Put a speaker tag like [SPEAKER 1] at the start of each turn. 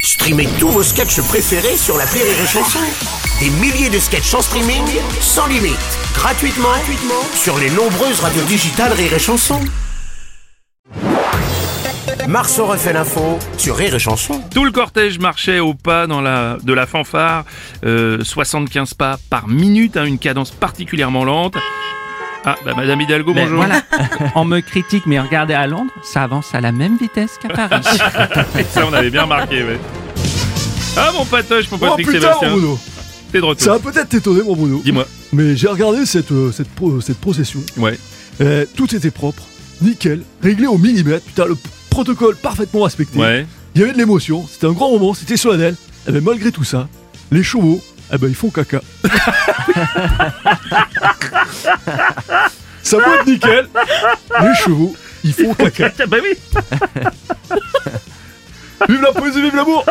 [SPEAKER 1] Streamez tous vos sketchs préférés sur la Rire et Chanson. Des milliers de sketchs en streaming, sans limite, gratuitement, gratuitement sur les nombreuses radios digitales Rire et Chanson. Marceau refait l'info sur Rire et Chanson.
[SPEAKER 2] Tout le cortège marchait au pas dans la, de la fanfare, euh, 75 pas par minute, à une cadence particulièrement lente. Ah, bah, Madame Hidalgo,
[SPEAKER 3] Mais
[SPEAKER 2] bonjour.
[SPEAKER 3] Ben voilà, on me critique, mais regardez à Londres, ça avance à la même vitesse qu'à Paris.
[SPEAKER 2] Ça, on avait bien marqué, ouais. Ah, mon patoche, mon
[SPEAKER 4] Oh
[SPEAKER 2] Patrick
[SPEAKER 4] putain, mon
[SPEAKER 2] Sébastien.
[SPEAKER 4] Bruno
[SPEAKER 2] T'es de
[SPEAKER 4] Ça
[SPEAKER 2] retour.
[SPEAKER 4] va peut-être t'étonner, mon Bruno.
[SPEAKER 2] Dis-moi.
[SPEAKER 4] Mais j'ai regardé cette, euh, cette, pro- cette procession.
[SPEAKER 2] Ouais.
[SPEAKER 4] Euh, tout était propre, nickel, réglé au millimètre. Putain, le p- protocole parfaitement respecté.
[SPEAKER 2] Ouais.
[SPEAKER 4] Il y avait de l'émotion, c'était un grand moment, c'était solennel. Et ben, malgré tout ça, les chevaux, eh ben, ils font caca. ça peut être nickel. Les chevaux, ils font caca.
[SPEAKER 2] Ah, bah oui.
[SPEAKER 4] Vive la poésie, vive l'amour